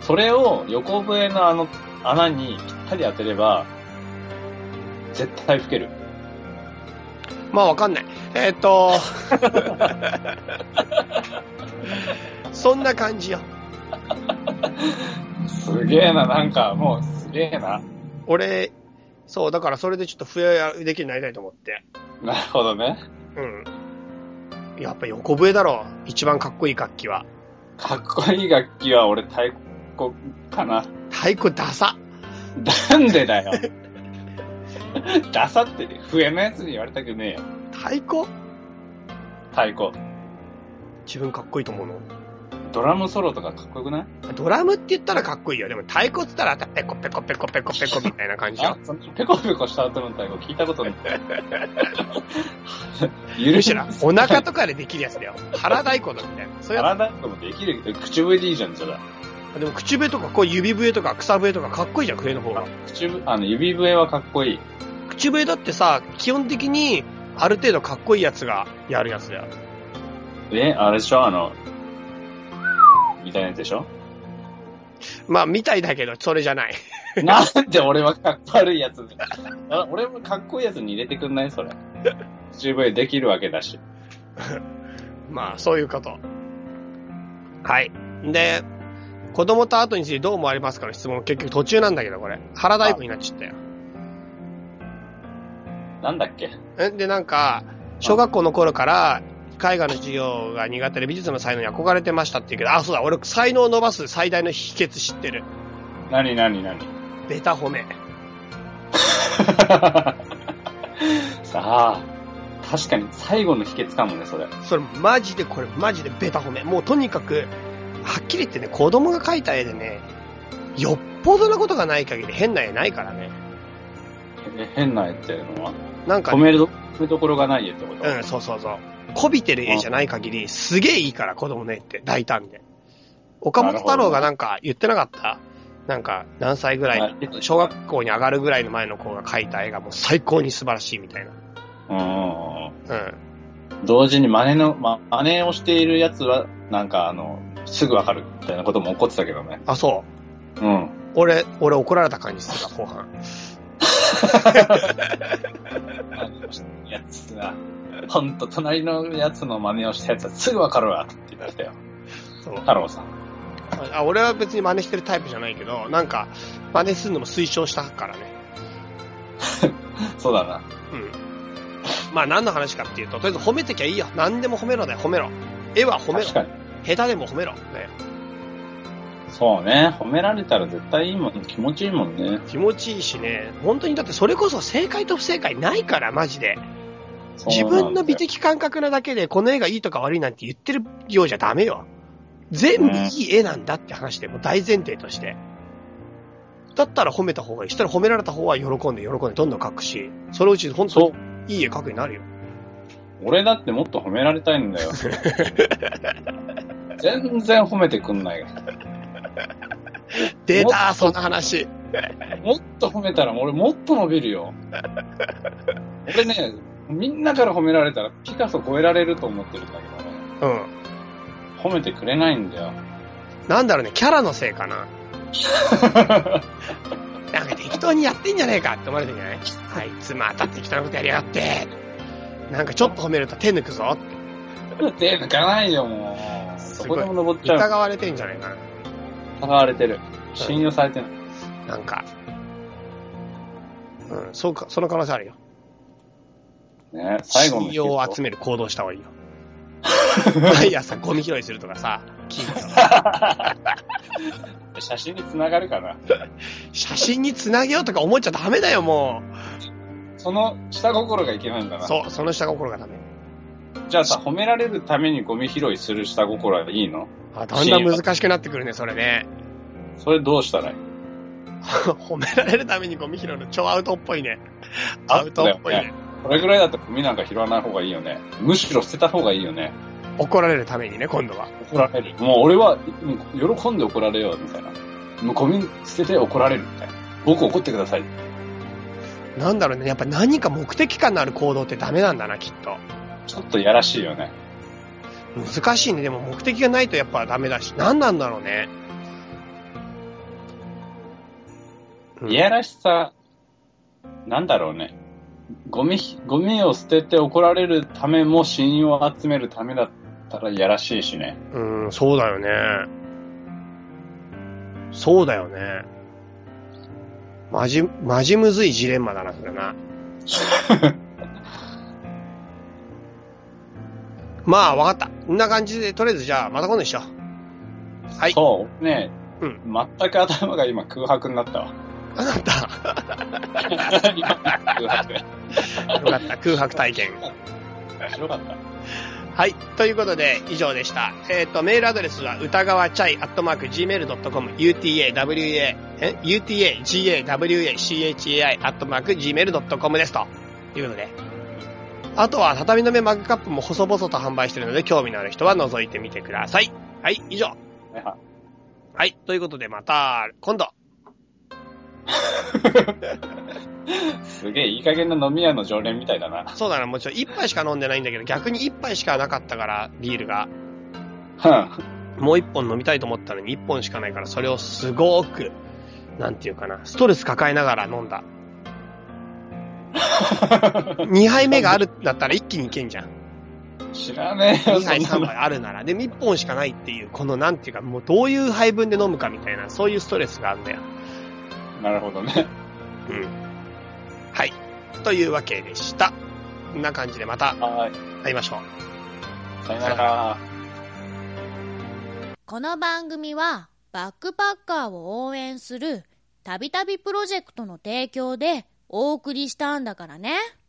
S3: それを横笛のあの穴にぴったり当てれば、絶対吹ける。
S2: まあわかんない。えーっ と、そんな感じよ。
S3: すげえな、なんか、もうすげえな。
S2: 俺、そう、だからそれでちょっと笛ができるようになりたいと思って。
S3: なるほどね。
S2: うん。やっぱ横笛だろ。一番かっこいい楽器は。
S3: かっこいい楽器は俺太鼓かな。
S2: 太鼓ダサ。
S3: なんでだよ。ダサって笛のやつに言われたくねえよ。
S2: 太鼓
S3: 太鼓。
S2: 自分かっこいいと思うの
S3: ドラムソロとかかっこよくない
S2: ドラムって言ったらかっこいいよ。でも太鼓って言ったらペコペコペコペコペコみたいな感じ
S3: あ
S2: よ。、
S3: そのペコペコした後の太鼓聞いた ことない。許
S2: む
S3: し
S2: し
S3: な
S2: ろ
S3: い。
S2: お腹とかでできるやつだよ。腹太鼓だみたいな。そういうや
S3: 体でもできるけど、口笛でいいじゃん、それ。
S2: つ。でも口笛とかこう指笛とか草笛とかかっこいいじゃん、笛の方が。
S3: 口笛、あの、指笛はかっこいい。
S2: 口笛だってさ、基本的にある程度かっこいいやつがやるやつだよ。
S3: え、あれでしょあの、みたいなやつでし ょ
S2: まあ、みたいだけど、それじゃない。
S3: なんで俺はかっこ悪いやつあ俺もかっこいいやつに入れてくんないそれ。口笛できるわけだし。
S2: まあ、そういうこと。はい。で、子供と後についてどう思われますかの質問、結局途中なんだけど、これ。腹太鼓になっちゃったよ。
S3: なんだっけ
S2: えで、なんか、小学校の頃から、絵画の授業が苦手で美術の才能に憧れてましたって言うけど、あ、そうだ、俺、才能を伸ばす最大の秘訣知ってる。
S3: なになになに
S2: ベタ褒め。
S3: さあ、確かに最後の秘訣かもね、それ。
S2: それマジでこれマジでベタ褒めもうとにかくはっきり言ってね子供が描いた絵でねよっぽどなことがない限り変な絵ないからね
S3: え、変な絵っていうのは
S2: なんか
S3: 止
S2: ね、
S3: めるど、止めるところがない絵ってこと
S2: うんそうそうそうこびてる絵じゃない限りすげえいいから子供の絵って大胆で岡本太郎がなんか言ってなかったなんか何歳ぐらい
S3: はい
S2: 小学校に上がるぐらいの前の子が描いた絵がもう最高に素晴らしいみたい
S3: うんうんうん。
S2: なうん
S3: 同時に真似の、ま、真似をしているやつは、なんかあの、すぐわかるみたいなことも起こってたけどね。
S2: あそう
S3: うん。
S2: 俺、俺怒られた感じする な、後半。
S3: 真似をしたやつは、ほんと、隣のやつの真似をしたやつはすぐわかるわって言われたよ。
S2: そう
S3: 太郎さん。
S2: あ俺は別に真似してるタイプじゃないけど、なんか、真似するのも推奨したからね。
S3: そうだな。
S2: うん。まあ何の話かっていうと、とりあえず褒めてきゃいいよ。何でも褒めろだよ、褒めろ。絵は褒めろ。
S3: 確
S2: 下
S3: かに。
S2: 手でも褒めろ。ね。
S3: そうね。褒められたら絶対いいもん、気持ちいいもんね。
S2: 気持ちいいしね。本当にだってそれこそ正解と不正解ないから、マジで。自分の美
S3: 的
S2: 的感覚なだけで、この絵がいいとか悪いなんて言ってるようじゃダメよ。全部いい絵なんだって話で、もう大前提として。だったら褒めた方がいい。したら褒められた方は喜んで喜んでどんどん描くし、そのうち本当
S3: そう
S2: に。いい絵描くようになるよ。
S3: 俺だってもっと褒められたいん だよ。全然褒めてくんない。
S2: 出たー、そんな話。
S3: もっと褒めたら俺もっと伸びるよ。俺ね、みんなから褒められたらピカソ超えられると思ってるんだけどね。
S2: うん。
S3: 褒めてくれないんだよ。
S2: なんだろうね、キャラのせいか な。なんか適当にやってんじゃねえかって思われてんじゃないあいつまた適当なことやりやがって。なんかちょっと褒めると手抜くぞって
S3: 手抜かないよ、もう。
S2: す
S3: そ
S2: ご
S3: こ
S2: い
S3: でも登っちゃう。
S2: 疑われてんじゃないかな。
S3: 疑われてる。信用されてない。
S2: なんか。うん、そうか、その可能性あるよ。
S3: ね、最後の
S2: 信用を集める行動した方がいいよ。毎朝ゴミ拾いするとかさ、聞いたら
S3: 写真に繋がるかな。
S2: 写真につなげようとか思っちゃダメだよ、も
S3: その下心がいけないんだ
S2: う。
S3: な。
S2: そう、その下心がダメ。
S3: じゃあさ、褒められるためにゴミ拾いする下心はいいの
S2: あ、だんだん難しくなってくるね、それね。
S3: それどうしたらいい
S2: 褒められるためにゴミ拾うの超アウトっぽいね。ア
S3: ア
S2: ウ
S3: ウ
S2: ト
S3: ト
S2: っ
S3: だよね
S2: ぽいね。
S3: これぐらいだとゴミなんか拾わない方がいいよね。むしろ捨てた方がいいよね。
S2: 怒られるためにね、今度は。
S3: 怒られる。もう俺は、うん喜んで怒られよう、みたいな。もうゴミ捨てて怒られる、みたいな。僕怒ってください。
S2: なんだろうね、やっぱ何か目的感のある行動ってダメなんだな、きっと。
S3: ちょっとやらしいよね。
S2: 難しいね。でも目的がないとやっぱダメだし。何なんだろうね。うん
S3: いやらしさ、なんだろうね。ゴミ、ゴミを捨てて怒られるためも信用を集めるためだったらいやらしいしね。
S2: うん、そうだよね。そうだよね。まじ、まじむずいジレンマだな、それ な。まあ、わかった。こんな感じで、とりあえずじゃあ、また今度にしよう。はい。
S3: そう。ね、
S2: うん
S3: 全く頭が今空白になったわ。
S2: あなた、
S3: 今空白。
S2: よかった。空白体験。
S3: 面白かった。
S2: はい。ということで、以上でした。えっ、と、メールアドレスは、歌川チャイアットマーク Gmail.com、UTAWA、え ?UTAGAWACHAI アットマーク Gmail.com です。ということで。あとは、畳の目マグカップも細々と販売しているので、興味のある人は覗いてみてください。はい、以上。
S3: はいはい
S2: はい。ということで、また、今度。
S3: すげえいい加減な飲み屋の常連みたいだな。
S2: そうだな、もうちょ、一杯しか飲んでないんだけど、逆に一杯しかなかったから、ビールが。
S3: うん
S2: もう一本飲みたいと思ったのに一本しかないから、それをすごく、なんていうかな、ストレス抱えながら飲んだ。二杯目があるんだったら一気にいけんじゃん。
S3: 知らねえよ、
S2: 二杯、三杯あるなら。で、一本しかないっていう、このなんていうか、もうどういう配分で飲むかみたいな、そういうストレスがあるんだよ。
S3: なるほどね。
S2: うん。はい。というわけでした。こんな感じでまた
S3: はい。
S2: 会いましょう。
S3: さよなら。
S5: この番組はバックパッカーを応援するたびたびプロジェクトの提供でお送りしたんだからね。